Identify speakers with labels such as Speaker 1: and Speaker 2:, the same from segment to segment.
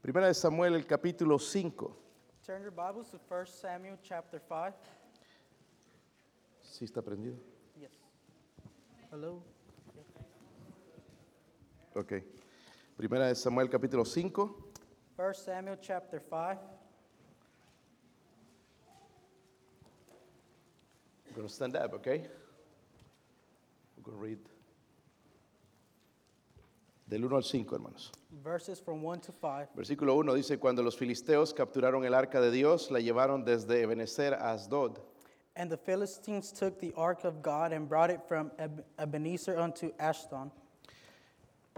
Speaker 1: Primera de Samuel, el capítulo 5.
Speaker 2: Turn your Bibles to 1 Samuel chapter 5.
Speaker 1: Sí está prendido.
Speaker 2: Yes. Hello.
Speaker 1: Ok. Primera de Samuel, capítulo 5.
Speaker 2: 1 Samuel chapter 5.
Speaker 1: We're going to stand up, okay? We're going to read. Del 1 al 5, hermanos.
Speaker 2: Verses from 1 to 5.
Speaker 1: Versículo 1 dice, cuando los filisteos capturaron el arca de Dios, la llevaron desde Ebenezer a Asdod.
Speaker 2: And the Philistines took the ark of God and brought it from Eb- Ebenezer unto Ashton.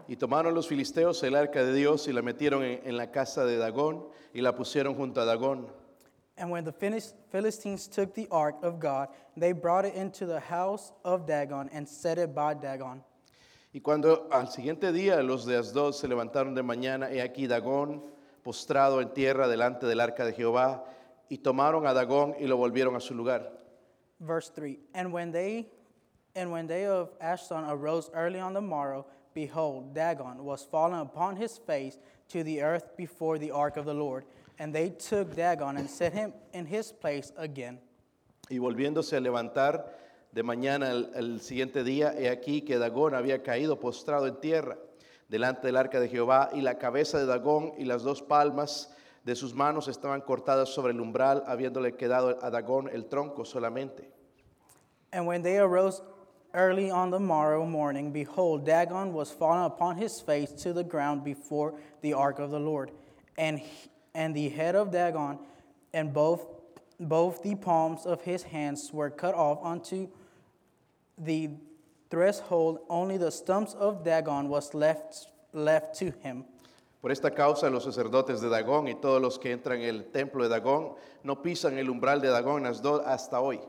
Speaker 1: Y tomaron los filisteos el arca de Dios y la metieron en, en la casa de Dagón y la pusieron junto a Dagón.
Speaker 2: And when the Philis- Philistines took the ark of God, they brought it into the house of Dagon and set it by Dagon.
Speaker 1: Y cuando al siguiente día los de Asdod se levantaron de mañana, he aquí Dagón postrado en tierra delante del arca de Jehová, y tomaron a Dagón y lo volvieron a su lugar.
Speaker 2: Verse 3 And when they and when they of Ashton arose early on the morrow, behold, Dagon was fallen upon his face to the earth before the ark of the Lord. And they took Dagon and set him in his place again.
Speaker 1: Y volviéndose a levantar de mañana el, el siguiente día, he aquí que Dagón había caído postrado en tierra delante del arca de Jehová, y la cabeza de Dagón y las dos palmas de sus manos estaban cortadas sobre el umbral, habiéndole quedado a Dagón el tronco solamente.
Speaker 2: And when they arose early on the morrow morning, behold, Dagon was fallen upon his face to the ground before the ark of the Lord. And, he- and the head of Dagon and both, both the palms of his hands were cut off unto the threshold, only the stumps of Dagon was left, left to him.
Speaker 1: Por esta causa los sacerdotes de Dagón y todos los que entran en el templo de Dagón no pisan el umbral de Dagón en Asdod hasta hoy.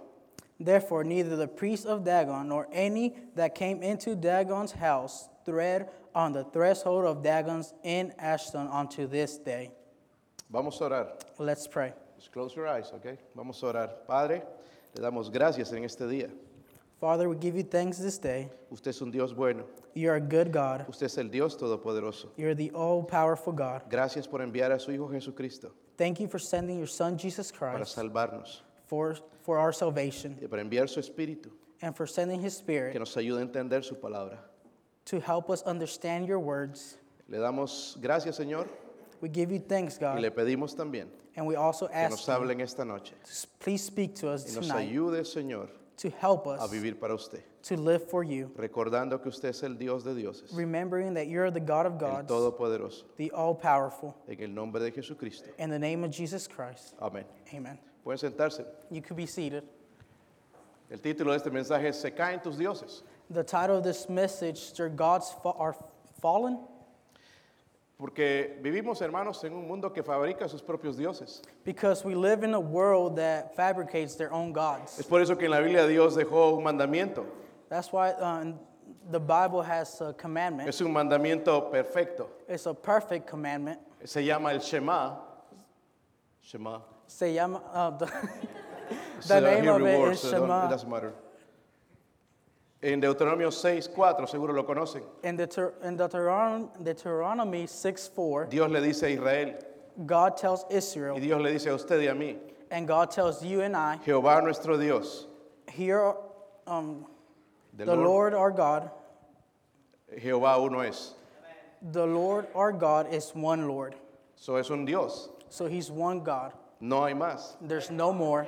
Speaker 2: Therefore, neither the priest of Dagon nor any that came into Dagon's house thread on the threshold of Dagon's in Ashton unto this day.
Speaker 1: Vamos a orar.
Speaker 2: Let's pray.
Speaker 1: Just close your eyes, okay? Vamos a orar. Padre, le damos gracias en este día.
Speaker 2: Father, we give you thanks this day.
Speaker 1: Usted es un Dios bueno.
Speaker 2: You're a good God.
Speaker 1: Usted es el Dios todopoderoso.
Speaker 2: You're the all powerful God.
Speaker 1: Gracias por enviar a su Hijo Jesucristo
Speaker 2: Thank you for sending your Son, Jesus
Speaker 1: para
Speaker 2: Christ,
Speaker 1: salvarnos
Speaker 2: for, for our salvation
Speaker 1: y para enviar su Espíritu
Speaker 2: and for sending His
Speaker 1: que
Speaker 2: Spirit
Speaker 1: nos ayude a entender su palabra.
Speaker 2: to help us understand your words.
Speaker 1: Le damos gracias, Señor,
Speaker 2: We give you thanks,
Speaker 1: y le
Speaker 2: God.
Speaker 1: pedimos también
Speaker 2: And we also
Speaker 1: que
Speaker 2: ask
Speaker 1: nos
Speaker 2: you
Speaker 1: hablen esta noche
Speaker 2: to s- please speak to us
Speaker 1: y nos
Speaker 2: tonight
Speaker 1: ayude, Señor,
Speaker 2: to help
Speaker 1: a
Speaker 2: us
Speaker 1: vivir para usted.
Speaker 2: to live for you.
Speaker 1: recordando que usted es el Dios de dioses,
Speaker 2: remembering that you're the God of
Speaker 1: el
Speaker 2: gods,
Speaker 1: Todopoderoso,
Speaker 2: the all powerful.
Speaker 1: en el nombre de Jesucristo.
Speaker 2: In the name of Jesus Christ.
Speaker 1: Amén.
Speaker 2: Amen.
Speaker 1: Pueden sentarse.
Speaker 2: You could be seated.
Speaker 1: El título de este mensaje es Se caen tus dioses,
Speaker 2: The title of this message, Your Gods Fa- Are Fallen,
Speaker 1: porque vivimos, hermanos, en un mundo que fabrica sus propios dioses.
Speaker 2: because we live in a world that fabricates their own
Speaker 1: Es
Speaker 2: gods.
Speaker 1: por eso que en la Biblia Dios dejó un mandamiento.
Speaker 2: That's why uh, the Bible has a commandment.
Speaker 1: Es un mandamiento perfecto.
Speaker 2: It's a perfect commandment.
Speaker 1: Se llama el Shema. Shema.
Speaker 2: Say, I'm, uh, the,
Speaker 1: It's
Speaker 2: the
Speaker 1: a
Speaker 2: name of
Speaker 1: Hebrew
Speaker 2: it
Speaker 1: word,
Speaker 2: is
Speaker 1: so don't- it
Speaker 2: Shema.
Speaker 1: doesn't matter. En Deuteronomio 6, 4, seguro lo conocen.
Speaker 2: In, Deuter- in Deuteron- Deuteronomy 6 4,
Speaker 1: Dios le dice a Israel
Speaker 2: God tells
Speaker 1: y
Speaker 2: Israel,
Speaker 1: Dios le dice a usted y a mí,
Speaker 2: and God tells you and I,
Speaker 1: Jehová nuestro Dios,
Speaker 2: Here, um,
Speaker 1: del
Speaker 2: the
Speaker 1: Lord,
Speaker 2: Lord our God,
Speaker 1: Jehová uno es.
Speaker 2: the Lord our God is one Lord.
Speaker 1: Eso es un Dios,
Speaker 2: So he's one God.
Speaker 1: no hay más.
Speaker 2: There's no more.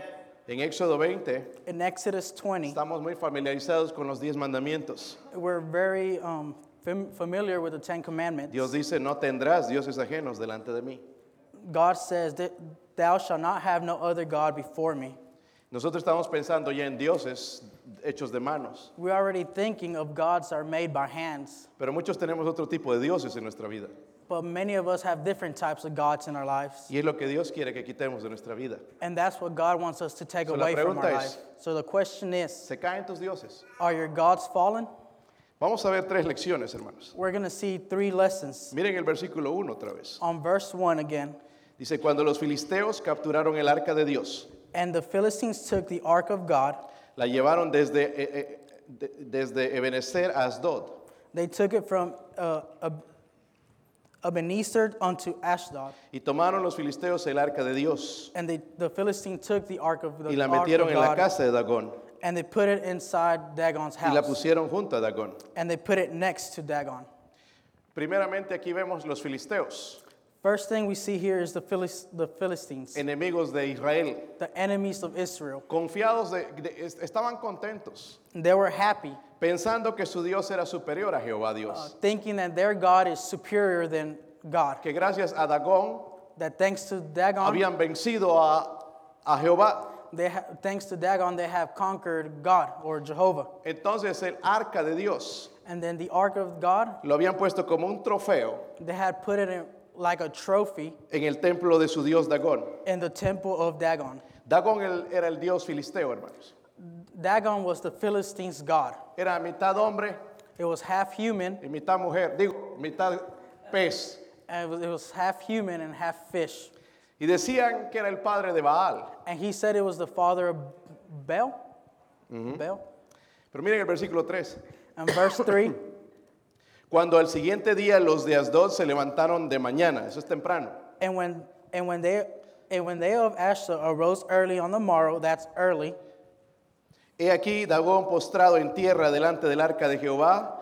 Speaker 1: En Éxodo 20
Speaker 2: In Exodus 20,
Speaker 1: estamos muy familiarizados con los diez mandamientos.
Speaker 2: we're very um, fam- familiar with the Ten Commandments.
Speaker 1: Dios dice, no tendrás dioses ajenos delante de mí.
Speaker 2: God says, that Thou shalt not have no other God before me.
Speaker 1: Nosotros estamos pensando ya en dioses hechos de manos,
Speaker 2: We're already thinking of gods that are made by hands,
Speaker 1: pero muchos tenemos otro tipo de dioses en nuestra vida.
Speaker 2: but many of us have different types of gods in our lives.
Speaker 1: Y es lo que Dios quiere que quitemos de nuestra vida.
Speaker 2: And that's what God wants us to take
Speaker 1: So la
Speaker 2: away from our
Speaker 1: pregunta
Speaker 2: life.
Speaker 1: es-
Speaker 2: So the question is
Speaker 1: Se caen tus dioses.
Speaker 2: Are your gods fallen?
Speaker 1: Vamos a ver tres lecciones, hermanos.
Speaker 2: We're going to see three lessons.
Speaker 1: Miren el versículo 1 otra vez.
Speaker 2: On verse 1 again,
Speaker 1: Dice, cuando los filisteos capturaron el arca de Dios,
Speaker 2: and the Philistines took the ark of God.
Speaker 1: La llevaron desde, eh, eh, de- desde Ebenezer a Asdod.
Speaker 2: They took it from uh, Ab- Ebenezer unto Ashdod.
Speaker 1: Y tomaron los filisteos el arca de Dios
Speaker 2: And they, the Philistine took the ark of the
Speaker 1: y la
Speaker 2: ark of
Speaker 1: metieron en la
Speaker 2: oh God,
Speaker 1: casa de Dagón
Speaker 2: and they put it inside Dagon's
Speaker 1: y la
Speaker 2: house,
Speaker 1: pusieron junto a Dagón.
Speaker 2: and they put it next to Dagon.
Speaker 1: Primeramente aquí vemos los filisteos,
Speaker 2: First thing we see here is the, Philis- the Philistines,
Speaker 1: enemigos de Israel,
Speaker 2: the enemies of Israel.
Speaker 1: confiados, de- de- est- estaban contentos,
Speaker 2: They were happy,
Speaker 1: pensando que su Dios era superior a Jehová
Speaker 2: uh,
Speaker 1: Dios,
Speaker 2: thinking that their God is superior than God.
Speaker 1: que gracias a Dagón
Speaker 2: That thanks to Dagon,
Speaker 1: habían vencido a, a Jehová.
Speaker 2: they ha- thanks to Dagon, they have conquered God or Jehovah.
Speaker 1: Entonces el arca de Dios
Speaker 2: And then the ark of God,
Speaker 1: lo habían puesto como un trofeo
Speaker 2: they had put it in like a trophy
Speaker 1: en el templo de su dios Dagón.
Speaker 2: in the temple of Dagon.
Speaker 1: Dagón el- era el dios filisteo, hermanos.
Speaker 2: Dagon was the Philistines' god.
Speaker 1: Era mitad hombre
Speaker 2: It was half human,
Speaker 1: y mitad mujer, digo, mitad pez.
Speaker 2: and it was, it was half human and half fish.
Speaker 1: Y decían que era el padre de Baal.
Speaker 2: And he said it was the father of Bel. Bel.
Speaker 1: Pero miren el versículo 3.
Speaker 2: And verse 3
Speaker 1: Cuando al siguiente día los de Asdod se levantaron de mañana, eso es temprano,
Speaker 2: and when, and when they and when they of Asher arose early on the morrow, that's early,
Speaker 1: he aquí Dagón postrado en tierra delante del arca de Jehová,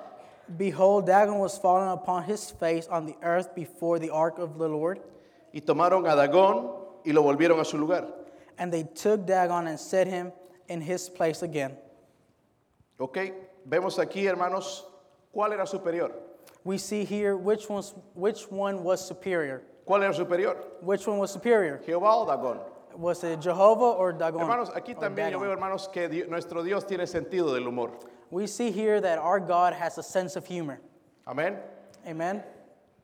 Speaker 2: behold, Dagon was fallen upon his face on the earth before the ark of the Lord.
Speaker 1: y tomaron a Dagón y lo volvieron a su lugar.
Speaker 2: And they took Dagon and set him in his place again.
Speaker 1: Ok, vemos aquí, hermanos, cuál era superior.
Speaker 2: We see here which, one's, which one was superior.
Speaker 1: ¿Cuál era superior?
Speaker 2: Which one was superior?
Speaker 1: ¿Jehová o Dagón?
Speaker 2: Was it Jehovah or Dagon?
Speaker 1: Hermanos, aquí
Speaker 2: Or
Speaker 1: también yo
Speaker 2: Dagon.
Speaker 1: veo, hermanos, que Di- nuestro Dios tiene sentido del humor.
Speaker 2: We see here that our God has a sense of humor.
Speaker 1: Amén.
Speaker 2: Amen.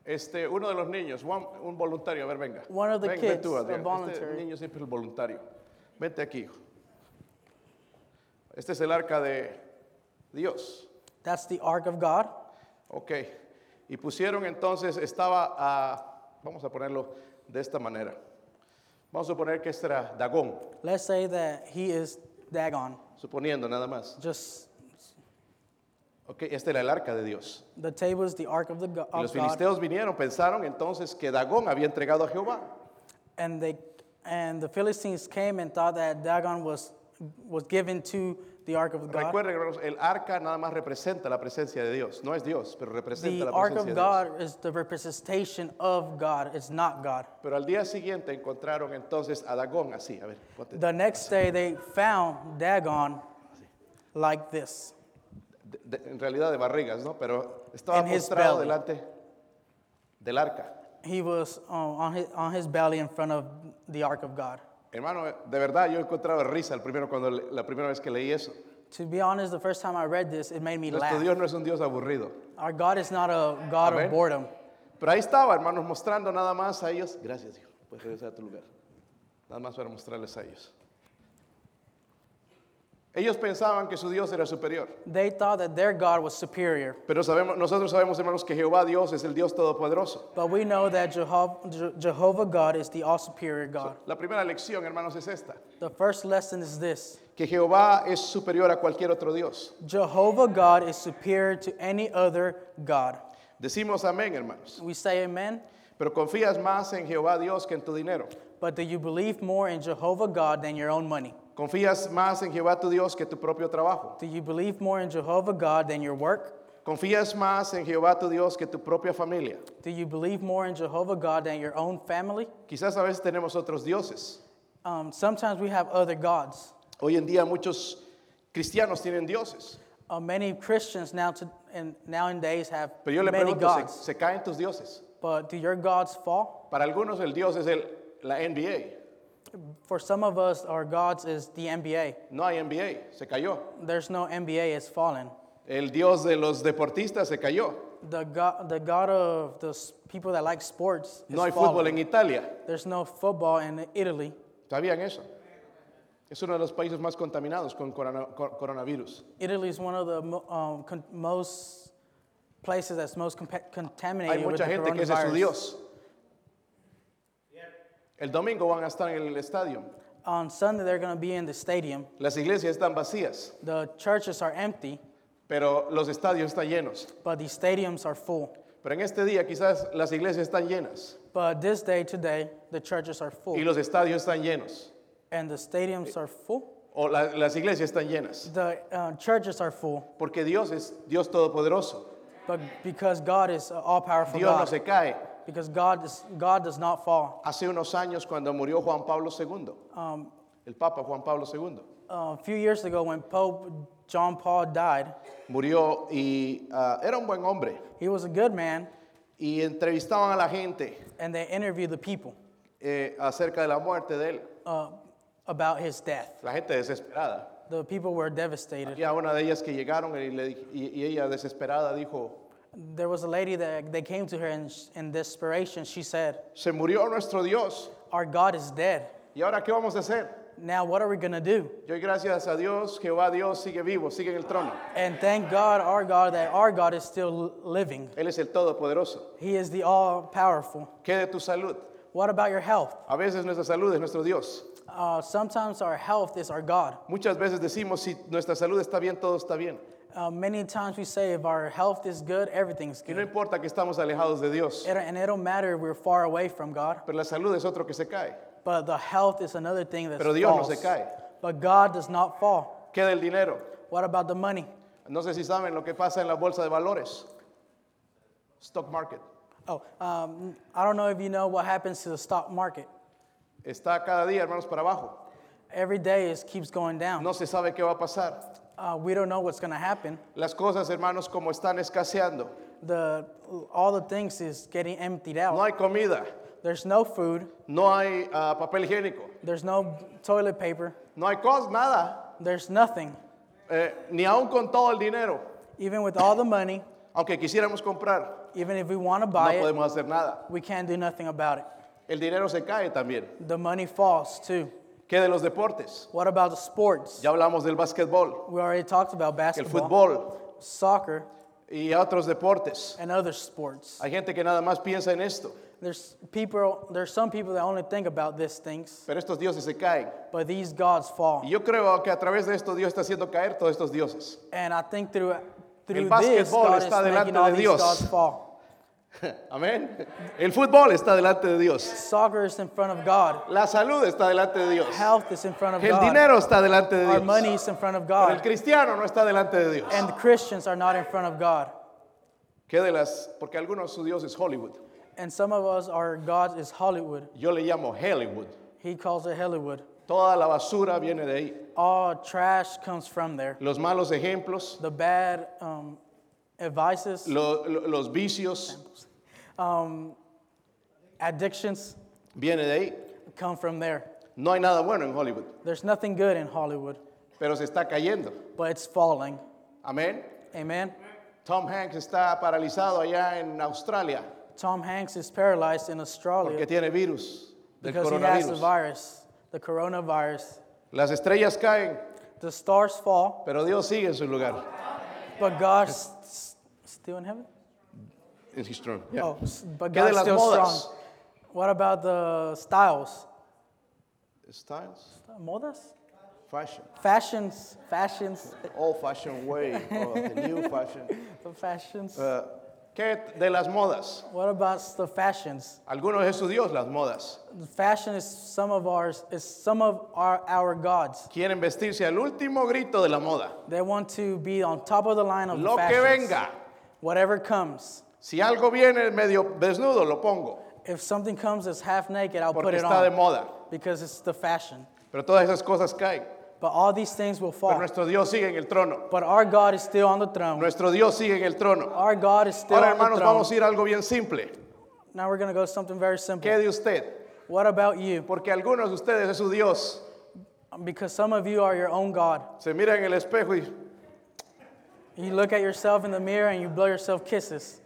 Speaker 1: Este, uno de los niños, Juan- un voluntario, a ver, venga.
Speaker 2: One of the
Speaker 1: Ven-
Speaker 2: kids,
Speaker 1: ven tú,
Speaker 2: a
Speaker 1: Adrián. Este
Speaker 2: voluntary.
Speaker 1: niño siempre es el voluntario. Vente aquí, hijo. Este es el arca de Dios.
Speaker 2: That's the ark of God.
Speaker 1: Ok. Y pusieron entonces, estaba a, vamos a ponerlo de esta manera. Vamos a suponer que este era Dagón.
Speaker 2: Let's say that he is Dagon,
Speaker 1: Suponiendo nada más.
Speaker 2: just
Speaker 1: Ok, esta era el arca de Dios.
Speaker 2: the table is the ark of the go-
Speaker 1: Y
Speaker 2: of
Speaker 1: los
Speaker 2: God,
Speaker 1: filisteos vinieron, pensaron entonces que Dagón había entregado a Jehová.
Speaker 2: and they and the Philistines came and thought that Dagon was was given to the ark of God.
Speaker 1: Recuerden, hermanos, el arca nada más representa la presencia de Dios. No es Dios, pero representa
Speaker 2: the
Speaker 1: la
Speaker 2: ark
Speaker 1: presencia
Speaker 2: of
Speaker 1: de Dios.
Speaker 2: God is the representation of God. It's not God.
Speaker 1: Pero al día siguiente encontraron entonces a Dagón así. A ver, ponte.
Speaker 2: The next day they found Dagon like this.
Speaker 1: De- de- en realidad de barrigas, ¿no? Pero estaba
Speaker 2: And his
Speaker 1: postrado
Speaker 2: belly.
Speaker 1: delante del arca.
Speaker 2: He was um, on, his, on his belly in front of the ark of God.
Speaker 1: Hermano, de verdad yo he encontrado risa el primero cuando le- la primera vez que leí eso.
Speaker 2: To be honest, the first time I read this, it made me
Speaker 1: Nuestro
Speaker 2: laugh.
Speaker 1: Dios no es un Dios aburrido.
Speaker 2: Our God is not a God
Speaker 1: Amen.
Speaker 2: of boredom.
Speaker 1: Pero ahí estaba, hermanos, mostrando nada más a ellos. Gracias, hijo. Puedes regresar a tu lugar. Nada más para mostrarles a ellos. Ellos pensaban que su Dios era superior.
Speaker 2: They thought that their God was superior.
Speaker 1: Pero sabemos, nosotros sabemos, hermanos, que Jehová Dios es el Dios todopoderoso.
Speaker 2: But we know that Jehovah, Je- Jehovah God is the all superior God.
Speaker 1: La primera lección, hermanos, es esta.
Speaker 2: The first lesson is this
Speaker 1: Que Jehová es superior a cualquier otro Dios.
Speaker 2: Jehovah God is superior to any other God.
Speaker 1: Decimos amén, hermanos.
Speaker 2: We say amen,
Speaker 1: Pero confías más en Jehová Dios que en tu dinero.
Speaker 2: but do you believe more in Jehovah God than your own money?
Speaker 1: Confías más en Jehová tu Dios que tu propio trabajo.
Speaker 2: Do you believe more in Jehovah God than your work?
Speaker 1: Confías más en Jehová tu Dios que tu propia familia.
Speaker 2: Do you believe more in Jehovah God than your own family?
Speaker 1: Quizás a veces tenemos otros dioses.
Speaker 2: Um, sometimes we have other gods.
Speaker 1: Hoy en día muchos cristianos tienen dioses.
Speaker 2: Uh, many Christians now to, and nowadays have
Speaker 1: Pero yo le
Speaker 2: many
Speaker 1: pregunto, ¿se,
Speaker 2: gods.
Speaker 1: se caen tus dioses?
Speaker 2: But do your gods fall?
Speaker 1: Para algunos el dios es el, la NBA.
Speaker 2: For some of us, our gods is the NBA.
Speaker 1: No hay NBA, se cayó.
Speaker 2: There's no NBA, it's fallen.
Speaker 1: El dios de los deportistas se cayó.
Speaker 2: The god, the god of the s- people that like sports is
Speaker 1: No hay
Speaker 2: fallen.
Speaker 1: fútbol en Italia.
Speaker 2: There's no football in Italy.
Speaker 1: ¿Sabían eso? Es uno de los países más contaminados con corona- cor- coronavirus.
Speaker 2: Italy is one of the mo- um, con- most places that's most compa-
Speaker 1: Hay
Speaker 2: contaminated with
Speaker 1: mucha
Speaker 2: the
Speaker 1: gente que ese es su
Speaker 2: coronavirus.
Speaker 1: dios. El domingo van a estar en el estadio.
Speaker 2: On Sunday, they're going to be in the stadium.
Speaker 1: Las iglesias están vacías.
Speaker 2: The churches are empty,
Speaker 1: pero los estadios están llenos.
Speaker 2: but the stadiums are full.
Speaker 1: Pero en este día quizás las iglesias están llenas
Speaker 2: But this day, today, the churches are
Speaker 1: y Eh.
Speaker 2: full
Speaker 1: los estadios están llenos
Speaker 2: and the stadiums are full.
Speaker 1: o la- las iglesias están llenas.
Speaker 2: The uh, churches are full.
Speaker 1: Porque Dios es Dios todopoderoso.
Speaker 2: But because God is all powerful
Speaker 1: Dios no
Speaker 2: God,
Speaker 1: se cae.
Speaker 2: because God, is, God does not fall.
Speaker 1: Hace unos años cuando murió Juan Pablo II,
Speaker 2: Um,
Speaker 1: el Papa Juan Pablo II,
Speaker 2: Uh, a few years ago, when Pope John Paul died,
Speaker 1: murió y ah, era un buen hombre.
Speaker 2: he was a good man,
Speaker 1: Y entrevistaban a la gente
Speaker 2: and they interviewed the people
Speaker 1: eh, acerca de la muerte de él.
Speaker 2: uh, about his death.
Speaker 1: La gente desesperada.
Speaker 2: The people were devastated.
Speaker 1: Y a una de ellas que llegaron y, le di- y- y ella desesperada dijo,
Speaker 2: There was a lady that they came to her, and sh- in desperation, she said,
Speaker 1: se murió nuestro Dios.
Speaker 2: Our God is dead.
Speaker 1: ¿Y ahora qué vamos a hacer?
Speaker 2: Now, what are we going to do?
Speaker 1: Yo doy gracias a Dios, Jehová Dios sigue vivo, sigue en el trono.
Speaker 2: And thank God, our God, that our God is still living.
Speaker 1: Él es el Todopoderoso.
Speaker 2: He is the all powerful.
Speaker 1: ¿Qué de tu salud?
Speaker 2: What about your health?
Speaker 1: A veces nuestra salud es nuestro Dios.
Speaker 2: Uh, sometimes our health is our God.
Speaker 1: Muchas veces decimos, si nuestra salud está bien, todo está bien.
Speaker 2: Uh, many times we say if our health is good, everything's
Speaker 1: Y no
Speaker 2: good.
Speaker 1: importa que estamos alejados de Dios,
Speaker 2: It, and it don't matter if we're far away from God,
Speaker 1: pero la salud es otro que se cae.
Speaker 2: but the health is another thing that's
Speaker 1: Pero Dios no
Speaker 2: false.
Speaker 1: se cae.
Speaker 2: But God does not fall.
Speaker 1: ¿Qué del dinero?
Speaker 2: What about the money?
Speaker 1: No sé si saben lo que pasa en la bolsa de valores. Stock market.
Speaker 2: Oh, um, I don't know if you know what happens to the stock market.
Speaker 1: Está cada día, hermanos, para abajo.
Speaker 2: Every day it keeps going down.
Speaker 1: No se sabe qué va a pasar.
Speaker 2: Uh, we don't know what's going to happen.
Speaker 1: Las cosas, hermanos, como están escaseando.
Speaker 2: The, all the things is getting emptied out.
Speaker 1: No hay comida,
Speaker 2: There's no food.
Speaker 1: no hay ah, papel higiénico,
Speaker 2: There's no toilet paper.
Speaker 1: no hay cosas, nada.
Speaker 2: There's nothing.
Speaker 1: Eh, ni aún con todo el dinero,
Speaker 2: Even with all the money,
Speaker 1: aunque quisiéramos comprar,
Speaker 2: even if we want to
Speaker 1: no
Speaker 2: buy it,
Speaker 1: podemos hacer nada.
Speaker 2: we can't do nothing about it.
Speaker 1: El dinero se cae también.
Speaker 2: The money falls too.
Speaker 1: ¿Qué de los deportes?
Speaker 2: What about the sports?
Speaker 1: Ya hablamos del básquetbol,
Speaker 2: We already talked about
Speaker 1: el
Speaker 2: basketball,
Speaker 1: fútbol
Speaker 2: soccer,
Speaker 1: y otros deportes.
Speaker 2: and other sports.
Speaker 1: Hay gente que nada más piensa en esto,
Speaker 2: There's people. There's some people that only think about these things,
Speaker 1: pero estos dioses se caen.
Speaker 2: but these gods
Speaker 1: Y
Speaker 2: fall.
Speaker 1: yo creo que a través de esto Dios está haciendo caer todos estos dioses.
Speaker 2: And I think through through this,
Speaker 1: basketball
Speaker 2: God is
Speaker 1: está delante
Speaker 2: making all
Speaker 1: de
Speaker 2: these
Speaker 1: Dios.
Speaker 2: gods fall.
Speaker 1: Amén. El fútbol está delante de Dios.
Speaker 2: Soccer is in front of God.
Speaker 1: La salud está delante de Dios.
Speaker 2: Health is in front of
Speaker 1: El
Speaker 2: God.
Speaker 1: dinero está delante de
Speaker 2: Our
Speaker 1: Dios.
Speaker 2: money is in front of
Speaker 1: Pero el
Speaker 2: God.
Speaker 1: cristiano no está delante de Dios.
Speaker 2: And the Christians are not in front of God.
Speaker 1: ¿Qué de las? Porque algunos su Dios es Hollywood.
Speaker 2: And some of us, our God is Hollywood.
Speaker 1: Yo le llamo Hollywood.
Speaker 2: He calls it Hollywood.
Speaker 1: Toda la basura viene de ahí.
Speaker 2: All trash comes from there.
Speaker 1: Los malos ejemplos,
Speaker 2: The bad um, advices,
Speaker 1: lo- lo- los vicios,
Speaker 2: addictions
Speaker 1: viene de ahí.
Speaker 2: come from there.
Speaker 1: No hay nada bueno en Hollywood,
Speaker 2: There's nothing good in Hollywood,
Speaker 1: pero se está cayendo.
Speaker 2: but it's falling.
Speaker 1: Amén.
Speaker 2: Amen.
Speaker 1: Tom Hanks está paralizado allá en Australia
Speaker 2: Tom Hanks is paralyzed in
Speaker 1: porque
Speaker 2: Australia
Speaker 1: tiene virus del
Speaker 2: because he has the
Speaker 1: coronavirus.
Speaker 2: virus, the coronavirus.
Speaker 1: Las estrellas caen,
Speaker 2: The stars fall,
Speaker 1: pero Dios sigue en su lugar.
Speaker 2: but God's s- still in heaven.
Speaker 1: En his throne. Yeah.
Speaker 2: Oh, s- but
Speaker 1: ¿Qué de
Speaker 2: God's
Speaker 1: las
Speaker 2: still
Speaker 1: modas?
Speaker 2: strong. What about the styles?
Speaker 1: Styles,
Speaker 2: Modas?
Speaker 1: fashion,
Speaker 2: Fashions, fashions,
Speaker 1: old fashioned way, or the new fashion.
Speaker 2: the fashions.
Speaker 1: Eh, ¿Qué de las modas?
Speaker 2: what about the fashions?
Speaker 1: Algunos es su Dios las modas.
Speaker 2: The fashion is some of ours, is some of our, our gods.
Speaker 1: Quieren vestirse al último grito de la moda.
Speaker 2: They want to be on top of the line of the
Speaker 1: Lo que
Speaker 2: fashions.
Speaker 1: venga.
Speaker 2: Whatever comes.
Speaker 1: Si algo viene medio desnudo, lo pongo,
Speaker 2: If something comes that's half naked, I'll put
Speaker 1: porque
Speaker 2: it
Speaker 1: está de
Speaker 2: on
Speaker 1: moda.
Speaker 2: because it's the fashion.
Speaker 1: Pero todas esas cosas caen.
Speaker 2: But all these things will
Speaker 1: Pero
Speaker 2: fall.
Speaker 1: nuestro Dios sigue en el trono.
Speaker 2: But our God is still on the throne.
Speaker 1: Nuestro Dios sigue en el trono.
Speaker 2: our God is still
Speaker 1: Ahora,
Speaker 2: on the
Speaker 1: hermanos,
Speaker 2: throne.
Speaker 1: vamos a ir a algo bien simple.
Speaker 2: Now we're going to go something very simple.
Speaker 1: ¿Qué de usted?
Speaker 2: What about you?
Speaker 1: Porque algunos de ustedes es su Dios.
Speaker 2: Because some of you are your own God.
Speaker 1: Se mira en el espejo y
Speaker 2: You look at yourself in the mirror and you blow yourself kisses.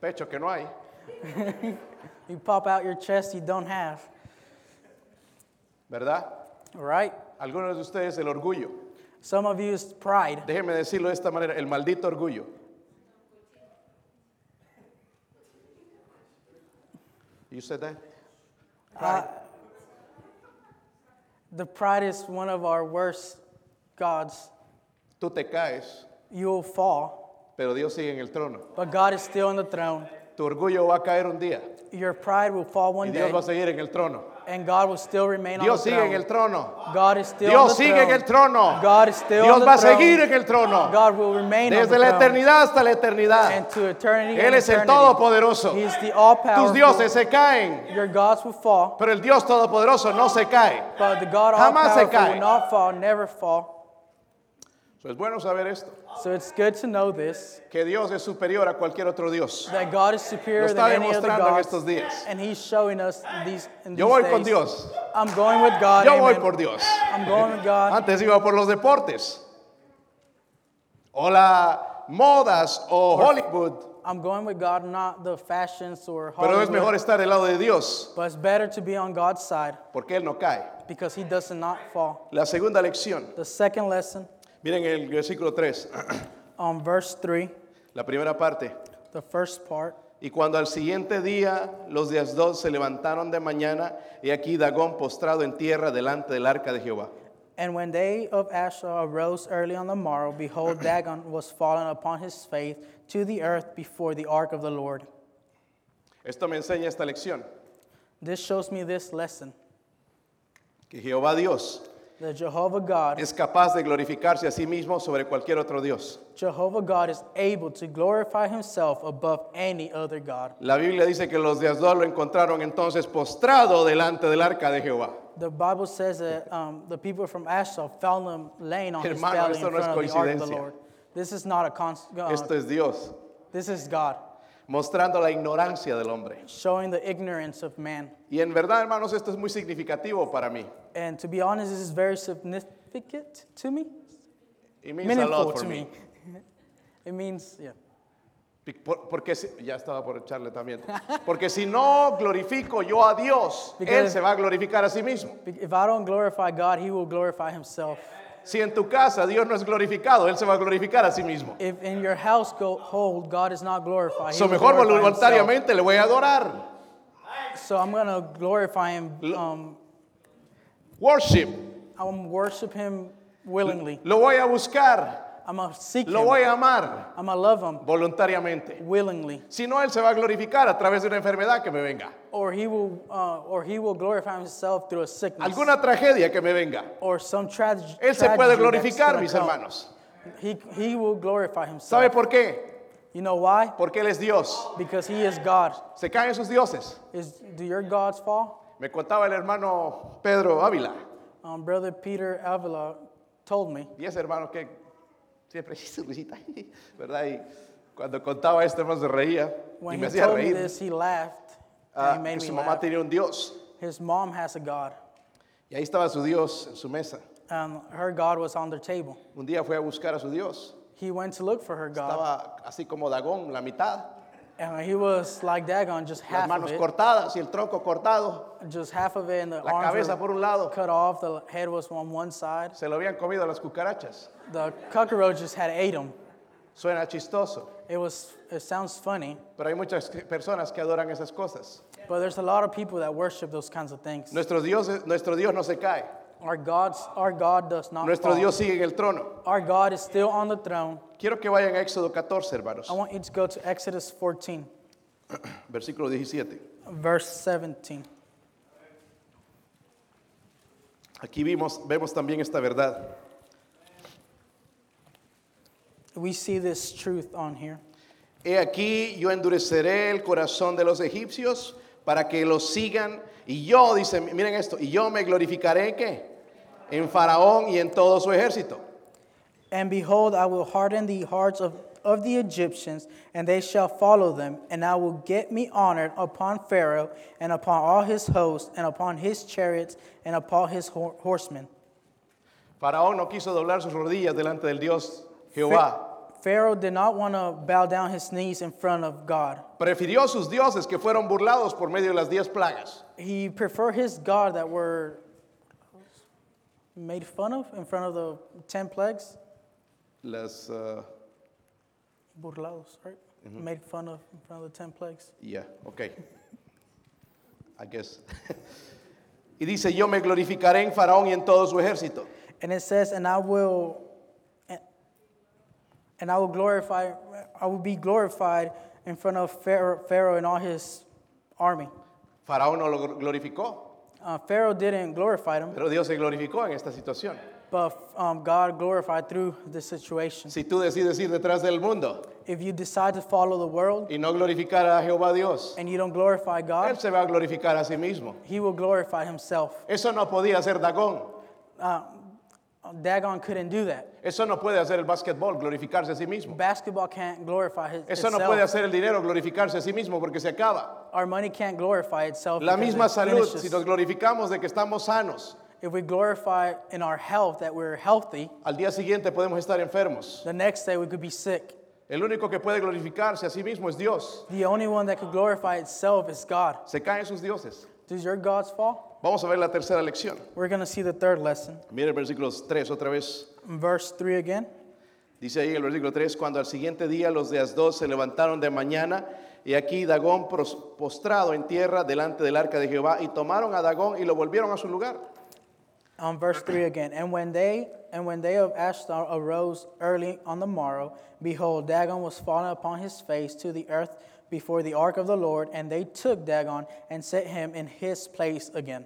Speaker 1: pecho que no hay.
Speaker 2: You pop out your chest you don't have,
Speaker 1: ¿Verdad?
Speaker 2: right?
Speaker 1: Algunos de ustedes el orgullo.
Speaker 2: Some of you is pride.
Speaker 1: Déjeme decirlo de esta manera, el maldito orgullo. You said that?
Speaker 2: Uh, The pride is one of our worst gods.
Speaker 1: Tú te caes
Speaker 2: You'll fall
Speaker 1: pero Dios sigue en el trono.
Speaker 2: But God is still on the throne.
Speaker 1: Tu orgullo va a caer un día
Speaker 2: Your pride will fall
Speaker 1: y
Speaker 2: one
Speaker 1: Dios
Speaker 2: day,
Speaker 1: va a seguir en el trono.
Speaker 2: and God will still remain
Speaker 1: Dios
Speaker 2: on the
Speaker 1: sigue en
Speaker 2: throne.
Speaker 1: el trono.
Speaker 2: God is still on the
Speaker 1: Dios sigue en el trono.
Speaker 2: God is still on
Speaker 1: Dios
Speaker 2: the
Speaker 1: va a
Speaker 2: throne.
Speaker 1: seguir en el trono.
Speaker 2: God will remain on
Speaker 1: Desde
Speaker 2: the
Speaker 1: la
Speaker 2: throne.
Speaker 1: eternidad hasta la eternidad.
Speaker 2: and to eternity.
Speaker 1: Él
Speaker 2: and
Speaker 1: es el
Speaker 2: eternity.
Speaker 1: todopoderoso.
Speaker 2: He is the all
Speaker 1: Tus
Speaker 2: powerful.
Speaker 1: dioses se caen,
Speaker 2: Your gods will fall,
Speaker 1: pero el Dios todopoderoso no se cae.
Speaker 2: but the God all
Speaker 1: Jamás se
Speaker 2: powerful
Speaker 1: cae.
Speaker 2: will not fall, never fall.
Speaker 1: So, es bueno saber esto,
Speaker 2: So it's good to know this
Speaker 1: que Dios es superior a cualquier otro Dios.
Speaker 2: that God is
Speaker 1: Lo
Speaker 2: superior
Speaker 1: está
Speaker 2: than any other
Speaker 1: demostrando en
Speaker 2: gods,
Speaker 1: estos días.
Speaker 2: and He's showing us these. In
Speaker 1: Yo
Speaker 2: these
Speaker 1: voy
Speaker 2: days.
Speaker 1: con Dios.
Speaker 2: I'm going with God.
Speaker 1: Yo voy
Speaker 2: amen.
Speaker 1: por Dios. Ah.
Speaker 2: I'm going with God.
Speaker 1: Antes iba por los deportes. O las modas o Hollywood.
Speaker 2: I'm going with God, not the fashions or
Speaker 1: Pero
Speaker 2: Hollywood.
Speaker 1: es mejor estar del lado de Dios
Speaker 2: But it's better to be on God's side
Speaker 1: porque Él no cae.
Speaker 2: because He does not fall.
Speaker 1: La segunda lección.
Speaker 2: The second lesson
Speaker 1: Miren el versículo 3,
Speaker 2: on verse three,
Speaker 1: la primera parte.
Speaker 2: the first part.
Speaker 1: Y cuando al siguiente día los días dos se levantaron de mañana, y aquí Dagón postrado en tierra delante del arca de Jehová.
Speaker 2: And when day of Asher arose early on the morrow, behold, Dagon was fallen upon his face to the earth before the ark of the Lord.
Speaker 1: Esto me enseña esta lección,
Speaker 2: This shows me this lesson
Speaker 1: que Jehová Dios
Speaker 2: that Jehovah God,
Speaker 1: es capaz de glorificarse a sí mismo sobre cualquier otro Dios.
Speaker 2: Jehovah God is able to glorify himself above any other God.
Speaker 1: La Biblia dice que los días dos lo encontraron entonces postrado delante del arca de Jehová.
Speaker 2: The Bible says that um, the people from Asher found him laying on his
Speaker 1: Hermano,
Speaker 2: belly in
Speaker 1: esto no
Speaker 2: front
Speaker 1: es
Speaker 2: of the ark of the
Speaker 1: coincidencia.
Speaker 2: Lord. This is not a con- uh,
Speaker 1: Esto es Dios,
Speaker 2: this is God
Speaker 1: mostrando la ignorancia del hombre.
Speaker 2: showing the ignorance of man.
Speaker 1: Y en verdad, hermanos, esto es muy significativo para mí.
Speaker 2: And to be honest, this is very significant to me.
Speaker 1: It means a
Speaker 2: meaningful
Speaker 1: lot for
Speaker 2: to
Speaker 1: me.
Speaker 2: me. it means, yeah.
Speaker 1: Pic- por- Porque si- ya estaba por echarle también. Porque si no glorifico yo a Dios, Él
Speaker 2: Because-
Speaker 1: se va a glorificar a sí mismo.
Speaker 2: Be- If I don't glorify God, He will glorify Himself.
Speaker 1: Si en tu casa Dios no es glorificado, Él se va a glorificar a sí mismo.
Speaker 2: If in your house go hold, God is not glorified. He
Speaker 1: So
Speaker 2: will
Speaker 1: mejor
Speaker 2: glorify Himself.
Speaker 1: voluntariamente le voy a adorar.
Speaker 2: So I'm gonna glorify Him.
Speaker 1: Lo-
Speaker 2: Um,
Speaker 1: Worship.
Speaker 2: I'm worship Him willingly.
Speaker 1: Lo voy a buscar.
Speaker 2: I'm gonna seek
Speaker 1: Lo
Speaker 2: Him.
Speaker 1: voy a amar
Speaker 2: I'm gonna love Him
Speaker 1: voluntariamente.
Speaker 2: willingly,
Speaker 1: Si no, Él se va a glorificar a través de una enfermedad que me venga.
Speaker 2: or He will, uh, or He will glorify Himself through a sickness
Speaker 1: Alguna tragedia que me venga.
Speaker 2: or some tragedy.
Speaker 1: Él se puede
Speaker 2: tragedy that's
Speaker 1: glorificar,
Speaker 2: gonna
Speaker 1: mis
Speaker 2: come.
Speaker 1: hermanos.
Speaker 2: He, he will glorify Himself.
Speaker 1: ¿Sabe por qué?
Speaker 2: You know why?
Speaker 1: Porque Él es Dios.
Speaker 2: Because He is God.
Speaker 1: Se caen sus dioses.
Speaker 2: Is do your gods fall?
Speaker 1: Me contaba el hermano Pedro Ávila.
Speaker 2: Um, Brother Peter Avila told me.
Speaker 1: Diez hermanos que siempre su risita, ¿verdad? Y cuando contaba esto, hermano, se reía y
Speaker 2: When
Speaker 1: me
Speaker 2: he
Speaker 1: hacía
Speaker 2: told me
Speaker 1: reír.
Speaker 2: this, he laughed.
Speaker 1: Ah,
Speaker 2: and he
Speaker 1: que
Speaker 2: made
Speaker 1: su
Speaker 2: me
Speaker 1: mamá
Speaker 2: laugh.
Speaker 1: tenía un Dios
Speaker 2: His mom has a God,
Speaker 1: y ahí estaba su Dios en su mesa.
Speaker 2: and her God was on their table.
Speaker 1: Un día fue a buscar a su Dios.
Speaker 2: He went to look for her God,
Speaker 1: Estaba así como Dagón, la mitad,
Speaker 2: and he was like Dagon, just
Speaker 1: las
Speaker 2: half of
Speaker 1: manos
Speaker 2: it,
Speaker 1: cortadas y el tronco cortado,
Speaker 2: just half of it, and the
Speaker 1: la
Speaker 2: arms
Speaker 1: cabeza
Speaker 2: were
Speaker 1: por un lado.
Speaker 2: cut off. The head was on one side.
Speaker 1: Se lo habían comido las cucarachas.
Speaker 2: The cockroaches had ate him.
Speaker 1: Suena chistoso,
Speaker 2: It was. It sounds funny,
Speaker 1: pero hay muchas que- personas que adoran esas cosas.
Speaker 2: but there's a lot of people that worship those kinds of things.
Speaker 1: Nuestro Dios, nuestro Dios no se cae.
Speaker 2: Our gods, our God does not.
Speaker 1: Nuestro
Speaker 2: fall.
Speaker 1: Dios sigue en el trono.
Speaker 2: Our God is still on the throne.
Speaker 1: Quiero que vayan a Éxodo 14, hermanos.
Speaker 2: I want you to go to Exodus 14,
Speaker 1: Versículo 17.
Speaker 2: verse 17.
Speaker 1: Aquí vimos, vemos también esta verdad.
Speaker 2: We see this truth on here.
Speaker 1: He aquí yo endureceré el corazón de los egipcios para que los sigan. Y yo, dice, miren esto, y yo me glorificaré en qué? En Faraón y en todo su ejército.
Speaker 2: And behold, I will harden the hearts of, of the Egyptians, and they shall follow them. And I will get me honored upon Pharaoh, and upon all his hosts, and upon his chariots, and upon his hor- horsemen.
Speaker 1: Faraón no quiso doblar sus rodillas delante del Dios
Speaker 2: Pha-
Speaker 1: Jehová.
Speaker 2: Pharaoh did not want to bow down his knees in front of God.
Speaker 1: Prefirió sus dioses que fueron burlados por medio de las diez plagas.
Speaker 2: He preferred his God that were made fun of in front of the 10 plagues.
Speaker 1: Las, ah,
Speaker 2: Burlados, right? Made fun of in front of the ten plagues.
Speaker 1: Yeah, okay. I guess. y dice, yo me glorificaré en Faraón y en todo su ejército.
Speaker 2: And it says, and I will, and I will glorify, I will be glorified in front of Pharaoh, Pharaoh and all his army.
Speaker 1: Faraón no lo glorificó,
Speaker 2: Uh, Pharaoh didn't glorify them,
Speaker 1: pero Dios se glorificó en esta situación.
Speaker 2: but um, God glorified through the situation.
Speaker 1: Si tú decides ir detrás del mundo
Speaker 2: If you decide to follow the world
Speaker 1: y no glorificar a Jehová Dios,
Speaker 2: and you don't glorify
Speaker 1: Él
Speaker 2: God,
Speaker 1: se va a glorificar a sí mismo.
Speaker 2: He will glorify Himself.
Speaker 1: Eso no podía hacer Dagón.
Speaker 2: Um, Dagon couldn't do that.
Speaker 1: Eso no puede hacer el básquetbol, glorificarse a sí mismo.
Speaker 2: Basketball can't glorify his,
Speaker 1: Eso no
Speaker 2: itself.
Speaker 1: puede hacer el dinero, glorificarse a sí mismo porque se acaba.
Speaker 2: Our money can't glorify itself.
Speaker 1: La
Speaker 2: because
Speaker 1: misma
Speaker 2: it
Speaker 1: salud,
Speaker 2: finishes.
Speaker 1: si nos glorificamos de que estamos sanos,
Speaker 2: If we glorify in our health that we're healthy,
Speaker 1: al día siguiente podemos estar enfermos.
Speaker 2: the next day we could be sick.
Speaker 1: El único que puede glorificarse a sí mismo es Dios.
Speaker 2: The only one that could glorify itself is God.
Speaker 1: Se caen sus dioses.
Speaker 2: Does your gods fall?
Speaker 1: Vamos a ver la tercera lección.
Speaker 2: We're going to see the third lesson.
Speaker 1: Mire el versículo 3 otra vez.
Speaker 2: Verse 3 again.
Speaker 1: Dice ahí el versículo 3, cuando al siguiente día los de Asdod se levantaron de mañana, y aquí Dagón pros- postrado en tierra delante del arca de Jehová, y tomaron a Dagón y lo volvieron a su lugar.
Speaker 2: On Um, verse 3 again. And when they and when they of Ashdod arose early on the morrow, behold, Dagon was fallen upon his face to the earth before the ark of the Lord, and they took Dagon and set him in his place again.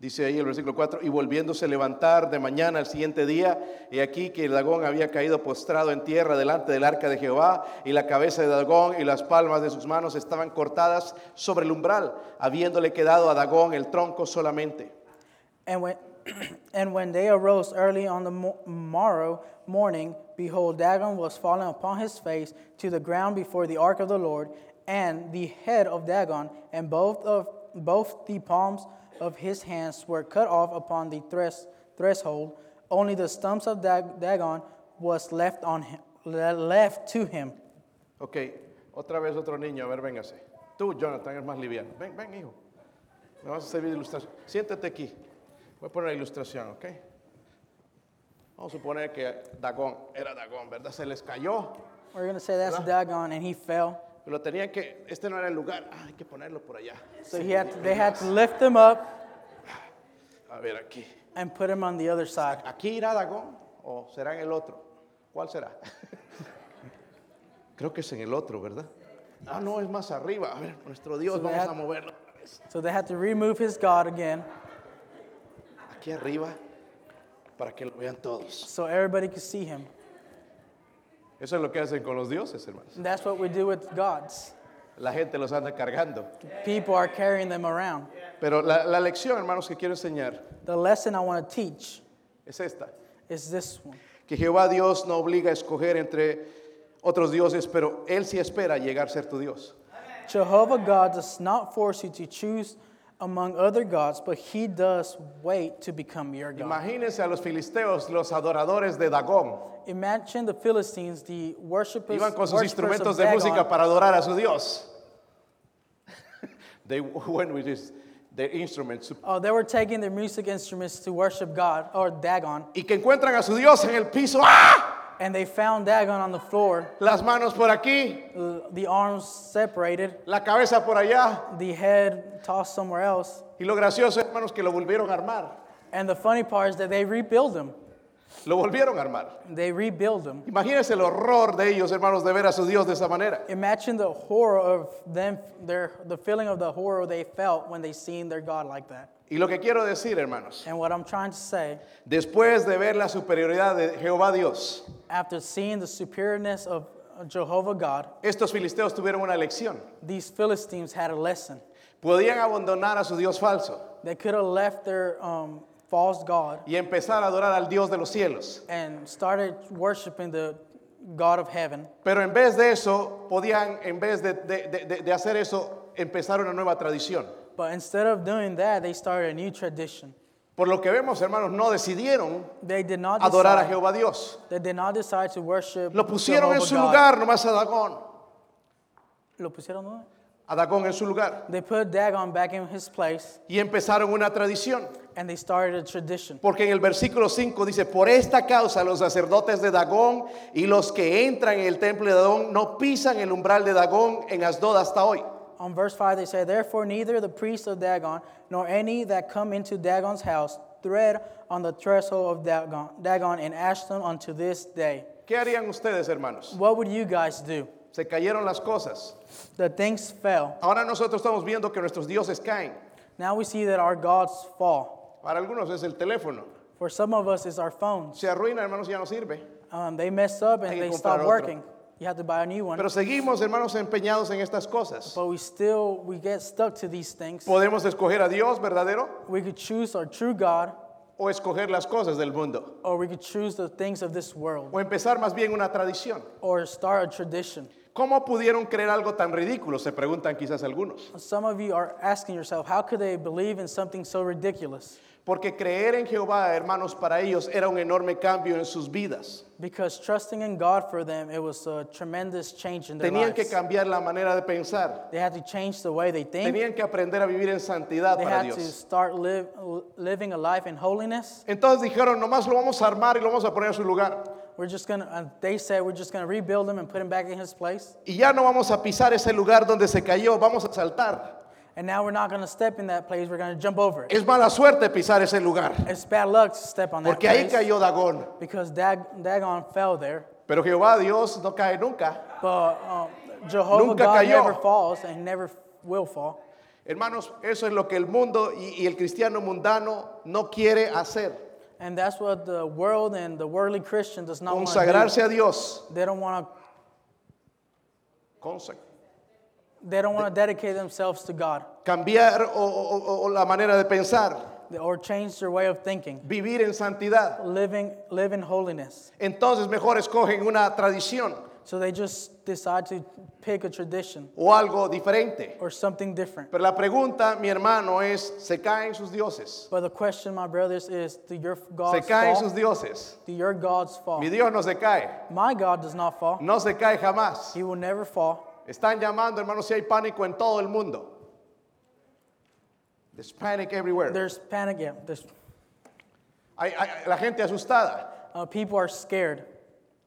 Speaker 1: Dice ahí el versículo 4, y volviéndose a levantar de mañana al siguiente día, y aquí que Dagón había caído postrado en tierra delante del arca de Jehová, y la cabeza de Dagón y las palmas de sus manos estaban cortadas sobre el umbral, habiéndole quedado a Dagón el tronco solamente.
Speaker 2: And when, and when they arose early on the mo- morrow morning, behold, Dagon was fallen upon his face to the ground before the ark of the Lord, and the head of Dagon, and both of both the palms of his hands were cut off upon the thres- threshold. Only the stumps of Dag- Dagon was left on him, le- left to him.
Speaker 1: Ok, otra vez otro niño, a ver, véngase. Tú, Jonathan, eres más liviano. Ven, ven, hijo. Me vas a servir de ilustración. Siéntate aquí. Voy a poner la ilustración, ¿ok? Vamos a suponer que Dagón era Dagón, ¿verdad? Se les cayó.
Speaker 2: We're gonna say that's Dagon, and he fell.
Speaker 1: Lo tenían que, este no era el lugar. Ah, hay que ponerlo por allá.
Speaker 2: So he had to- they had to lift him up
Speaker 1: A ver, aquí.
Speaker 2: and put him on the other side.
Speaker 1: ¿Aquí irá Dagón o será en el otro? ¿Cuál será? Creo que es en el otro, ¿verdad? Ah, no, es más arriba. A ver, nuestro Dios,
Speaker 2: So
Speaker 1: vamos
Speaker 2: that-
Speaker 1: a moverlo.
Speaker 2: So they had to remove his God again
Speaker 1: Aquí arriba, para que lo vean todos.
Speaker 2: so everybody could see him.
Speaker 1: Eso es lo que hacen con los dioses, hermanos.
Speaker 2: And that's what we do with gods.
Speaker 1: La gente los anda cargando.
Speaker 2: People are carrying them around.
Speaker 1: Pero la, la lección, hermanos, que quiero enseñar
Speaker 2: The lesson I want to teach
Speaker 1: es esta.
Speaker 2: is this one
Speaker 1: Que Jehová Dios no obliga a escoger entre otros dioses, pero Él sí espera llegar a ser tu Dios.
Speaker 2: Jehovah God does not force you to choose among other gods, but he does wait to become your God.
Speaker 1: Imagínense a los filisteos, los adoradores de Dagón.
Speaker 2: Imagine the Philistines, the worshippers,
Speaker 1: Iban con sus
Speaker 2: worshippers
Speaker 1: instrumentos
Speaker 2: of
Speaker 1: de
Speaker 2: Dagon.
Speaker 1: música para adorar a su Dios. They went with his- their instruments.
Speaker 2: Oh, they were taking their music instruments to worship God or Dagon,
Speaker 1: Y que encuentran a su Dios en el piso. ¡Ah!
Speaker 2: and they found Dagon on the floor,
Speaker 1: Las manos por aquí,
Speaker 2: l- the arms separated,
Speaker 1: la cabeza por allá.
Speaker 2: the head tossed somewhere else.
Speaker 1: Y lo gracioso, hermanos, que lo volvieron a armar.
Speaker 2: And the funny part is that they rebuild them.
Speaker 1: Lo volvieron a armar.
Speaker 2: They rebuild them.
Speaker 1: Imagínense el horror de ellos, hermanos, de ver a su Dios de esa manera.
Speaker 2: Imagine the horror of them, their, the feeling of the horror they felt when they seen their God like that.
Speaker 1: Y lo que quiero decir, hermanos,
Speaker 2: And what I'm trying to say,
Speaker 1: después de ver la superioridad de Jehová Dios,
Speaker 2: after seeing the superiorness of Jehovah God,
Speaker 1: estos filisteos tuvieron una lección.
Speaker 2: these Philistines had a lesson.
Speaker 1: Podían abandonar a su Dios falso
Speaker 2: They could have left their um, false God
Speaker 1: y empezar a adorar al Dios de los cielos.
Speaker 2: and started worshiping the God of heaven.
Speaker 1: Pero en vez de eso, podían, en vez de, de- de- de- de hacer eso, empezar una nueva tradición.
Speaker 2: But instead of doing that, they started a new tradition.
Speaker 1: Por lo que vemos, hermanos, no decidieron
Speaker 2: They did not
Speaker 1: adorar a
Speaker 2: decide,
Speaker 1: Jehová Dios.
Speaker 2: they did not decide to worship
Speaker 1: Lo pusieron en
Speaker 2: Jehovah
Speaker 1: su
Speaker 2: God.
Speaker 1: lugar, nomás a Dagón.
Speaker 2: Lo pusieron, ¿no?
Speaker 1: a Dagón en su lugar
Speaker 2: They put Dagon back in his place
Speaker 1: y empezaron una tradición.
Speaker 2: and they started a tradition.
Speaker 1: Porque en el versículo 5 dice, por esta causa los sacerdotes de Dagón y los que entran en el templo de Dagón no pisan el umbral de Dagón en Asdod hasta hoy.
Speaker 2: On verse 5, they say, Therefore, neither the priests of Dagon nor any that come into Dagon's house thread on the threshold of Dagon, Dagon in Ashton unto this day.
Speaker 1: ¿Qué harían ustedes, hermanos?
Speaker 2: What would you guys do?
Speaker 1: Se cayeron las cosas.
Speaker 2: The things fell.
Speaker 1: Ahora nosotros estamos viendo que nuestros dioses caen.
Speaker 2: Now we see that our gods fall.
Speaker 1: Para algunos es el teléfono.
Speaker 2: For some of us, it's our phones.
Speaker 1: Se arruina, hermanos, ya no sirve.
Speaker 2: Um, they mess up
Speaker 1: Hay
Speaker 2: and
Speaker 1: que
Speaker 2: they
Speaker 1: comprar
Speaker 2: stop
Speaker 1: otro.
Speaker 2: working. You have to buy a new one.
Speaker 1: Pero seguimos, hermanos, empeñados en estas cosas.
Speaker 2: But we still we get stuck to these things.
Speaker 1: Podemos escoger a Dios verdadero
Speaker 2: We could choose our true God,
Speaker 1: o escoger las cosas del mundo.
Speaker 2: or we could choose the things of this world,
Speaker 1: O empezar más bien una tradición.
Speaker 2: or start a tradition.
Speaker 1: ¿Cómo pudieron creer algo tan ridículo? Se preguntan quizás algunos.
Speaker 2: Some of you are asking yourself, how could they believe in something so ridiculous?
Speaker 1: Porque creer en Jehová, hermanos, para ellos era un enorme cambio en sus vidas.
Speaker 2: Because trusting in God for them, it was a tremendous change in their
Speaker 1: Tenían que
Speaker 2: lives.
Speaker 1: cambiar la manera de pensar.
Speaker 2: They had to change the way they think.
Speaker 1: Tenían que aprender a vivir en santidad
Speaker 2: they
Speaker 1: para
Speaker 2: had to
Speaker 1: Dios.
Speaker 2: start live, living a life in holiness.
Speaker 1: Entonces dijeron, nomás lo vamos a armar y lo vamos a poner a su lugar.
Speaker 2: We're just gonna. Uh, they said we're just gonna rebuild him and put him back in his place.
Speaker 1: Y ya no vamos a pisar ese lugar donde se cayó, vamos a saltar.
Speaker 2: And now we're not gonna step in that place. We're gonna jump over it.
Speaker 1: Es mala suerte pisar ese lugar,
Speaker 2: It's bad luck to step on that
Speaker 1: porque ahí
Speaker 2: place
Speaker 1: cayó Dagón.
Speaker 2: because Dag- Dagon fell there.
Speaker 1: Pero Jehová Dios no cae nunca.
Speaker 2: But um, Jehovah
Speaker 1: Nunca
Speaker 2: God
Speaker 1: cayó.
Speaker 2: never falls and never will fall.
Speaker 1: Hermanos, eso es lo que el mundo y, y el cristiano mundano no quiere hacer.
Speaker 2: And that's what the world and the worldly Christian does not want to
Speaker 1: Consagrarse a Dios.
Speaker 2: do. They don't want to.
Speaker 1: Consa-
Speaker 2: They don't want to dedicate themselves to God
Speaker 1: Cambiar o- o- o- o la manera de pensar.
Speaker 2: or change their way of thinking.
Speaker 1: Vivir en santidad.
Speaker 2: Living, live in holiness.
Speaker 1: Entonces mejor escogen una tradición
Speaker 2: So they just decide to pick a tradition
Speaker 1: o algo diferente.
Speaker 2: or something different.
Speaker 1: Pero la pregunta, mi hermano, es, ¿se caen sus dioses?
Speaker 2: But the question, my brothers, is: Do your
Speaker 1: ¿Se
Speaker 2: gods
Speaker 1: caen
Speaker 2: fall?
Speaker 1: sus dioses?
Speaker 2: Do your gods fall?
Speaker 1: Mi Dios no se cae,
Speaker 2: My God does not fall.
Speaker 1: no se cae jamás.
Speaker 2: He will never fall.
Speaker 1: Están llamando, hermanos, si hay pánico en todo el mundo. There's panic everywhere.
Speaker 2: There's panic. Yeah, there's
Speaker 1: Hay- hay- la gente asustada,
Speaker 2: uh, people are scared.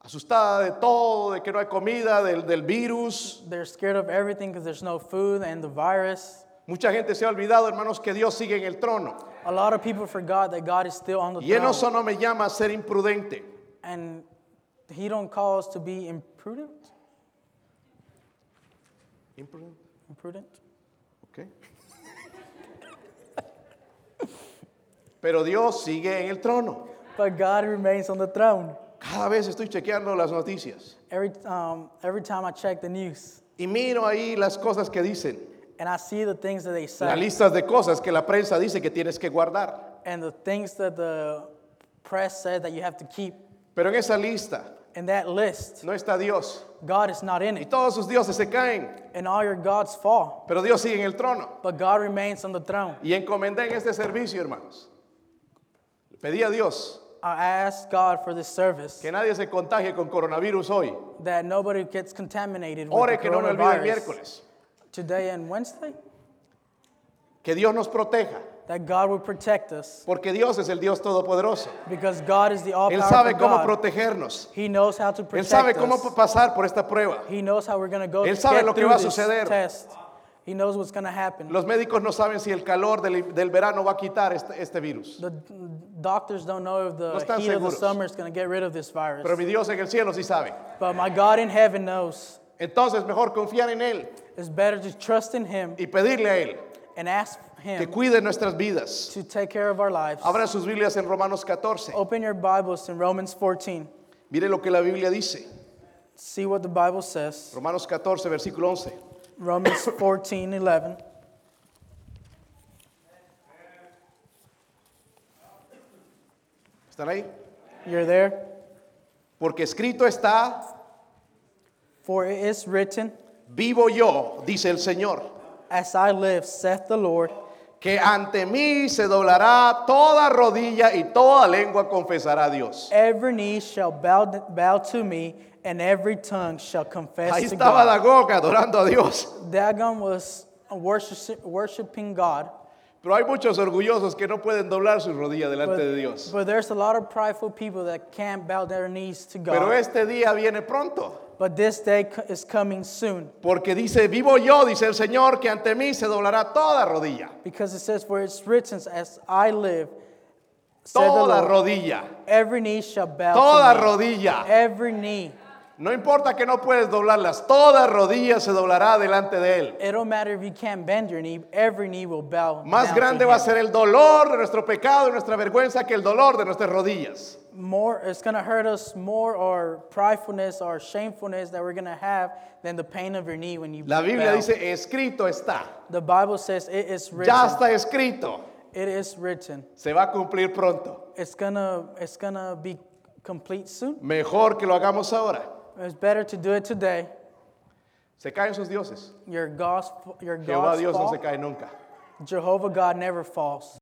Speaker 1: asustada de todo, de que no hay comida, del, del virus.
Speaker 2: They're scared of everything because there's no food and the virus.
Speaker 1: Mucha gente se ha olvidado, hermanos, que Dios sigue en el trono.
Speaker 2: A lot of people forgot that God is still on the
Speaker 1: Y en
Speaker 2: throne,
Speaker 1: eso no me llama a ser imprudente.
Speaker 2: and He don't call us to be imprudent.
Speaker 1: Imprudente,
Speaker 2: Imprudent.
Speaker 1: ok. Pero Dios sigue en el trono.
Speaker 2: But God remains on the throne.
Speaker 1: Cada vez estoy chequeando las noticias
Speaker 2: Every um, every time I check the news,
Speaker 1: y miro ahí las cosas que dicen.
Speaker 2: and I see the things that they
Speaker 1: Las
Speaker 2: say,
Speaker 1: listas de cosas que la prensa dice que tienes que guardar.
Speaker 2: and the things that the press said that you have to keep.
Speaker 1: Pero en esa lista
Speaker 2: And that list,
Speaker 1: no está Dios.
Speaker 2: God is not in
Speaker 1: Y
Speaker 2: it,
Speaker 1: todos sus dioses se caen,
Speaker 2: and all your gods fall.
Speaker 1: pero Dios sigue en el trono.
Speaker 2: But God remains on the throne.
Speaker 1: Y encomendé en este servicio, hermanos. Le pedí a Dios
Speaker 2: I ask God for this service
Speaker 1: que nadie se contagie con coronavirus hoy.
Speaker 2: that nobody gets contaminated with
Speaker 1: Ore
Speaker 2: the
Speaker 1: que no me olvide el
Speaker 2: coronavirus
Speaker 1: miércoles.
Speaker 2: today and Wednesday,
Speaker 1: Que Dios nos proteja,
Speaker 2: that God will protect us
Speaker 1: porque Dios es el Dios todopoderoso.
Speaker 2: because God is the
Speaker 1: Él
Speaker 2: all-powerful
Speaker 1: sabe cómo
Speaker 2: God.
Speaker 1: protegernos.
Speaker 2: He knows how to
Speaker 1: Él
Speaker 2: protect
Speaker 1: sabe cómo
Speaker 2: us.
Speaker 1: pasar por esta prueba.
Speaker 2: He knows how we're going to go
Speaker 1: Él sabe
Speaker 2: get
Speaker 1: lo que
Speaker 2: through
Speaker 1: va a
Speaker 2: this
Speaker 1: suceder.
Speaker 2: test. He knows what's going to happen.
Speaker 1: Los médicos no saben si el calor del, del verano va a quitar este, este virus.
Speaker 2: The doctors don't know if
Speaker 1: No
Speaker 2: the
Speaker 1: están
Speaker 2: heat of the
Speaker 1: seguros.
Speaker 2: summer is going to get rid of this virus.
Speaker 1: Pero mi Dios en el cielo sí sabe.
Speaker 2: but my God in heaven knows.
Speaker 1: Entonces mejor confiar en Él
Speaker 2: It's better to trust in Him
Speaker 1: y pedirle a Él
Speaker 2: and ask
Speaker 1: que
Speaker 2: Him
Speaker 1: cuide nuestras vidas.
Speaker 2: to take care of our lives.
Speaker 1: Abra sus Biblias en Romanos 14.
Speaker 2: Open your Bibles in Romans 14.
Speaker 1: Mire lo que la Biblia dice.
Speaker 2: See what the Bible says.
Speaker 1: Romanos 14, versículo 11.
Speaker 2: Romans 14, 11.
Speaker 1: ¿Están ahí?
Speaker 2: You're there?
Speaker 1: Porque escrito está,
Speaker 2: For it is written,
Speaker 1: vivo yo, dice el Señor,
Speaker 2: As I live, saith the Lord,
Speaker 1: que ante mí se doblará toda rodilla y toda lengua confesará a Dios.
Speaker 2: every knee shall bow, bow to me, and every tongue shall confess
Speaker 1: Ahí
Speaker 2: to
Speaker 1: estaba
Speaker 2: God.
Speaker 1: Dagón adorando a Dios.
Speaker 2: Dagon was worship, worshiping God,
Speaker 1: Pero hay muchos orgullosos que no pueden doblar sus rodillas delante
Speaker 2: but,
Speaker 1: de Dios.
Speaker 2: but there's a lot of prideful people that can't bow their knees to God.
Speaker 1: Pero este día viene pronto.
Speaker 2: but this day co- is coming soon.
Speaker 1: Porque dice, vivo yo, dice el Señor, que ante mí se doblará toda rodilla.
Speaker 2: Because it says, For it's written, As I live, said the
Speaker 1: Toda
Speaker 2: Lord,
Speaker 1: rodilla,
Speaker 2: every knee shall bow. to
Speaker 1: toda
Speaker 2: me.
Speaker 1: rodilla.
Speaker 2: Every knee.
Speaker 1: No importa que no puedes doblarlas, toda rodilla se doblará delante de Él.
Speaker 2: It don't matter if you can't bend your knee. Every knee will bow.
Speaker 1: Más
Speaker 2: down to
Speaker 1: grande va a
Speaker 2: him.
Speaker 1: ser el dolor de nuestro pecado y nuestra vergüenza que el dolor de nuestras rodillas.
Speaker 2: More. It's gonna hurt us more, our pridefulness, our shamefulness that we're gonna have than the pain of your knee when you.
Speaker 1: La Biblia
Speaker 2: bow.
Speaker 1: dice, escrito está,
Speaker 2: The Bible says it is written.
Speaker 1: ya está escrito,
Speaker 2: It is written.
Speaker 1: se va a cumplir pronto.
Speaker 2: It's gonna. It's gonna be complete soon.
Speaker 1: Mejor que lo hagamos ahora.
Speaker 2: It's better to do it today.
Speaker 1: Se caen sus dioses.
Speaker 2: Your God's. Your
Speaker 1: Jehová
Speaker 2: God's
Speaker 1: Dios no
Speaker 2: fall.
Speaker 1: se cae nunca.
Speaker 2: Jehovah God never falls.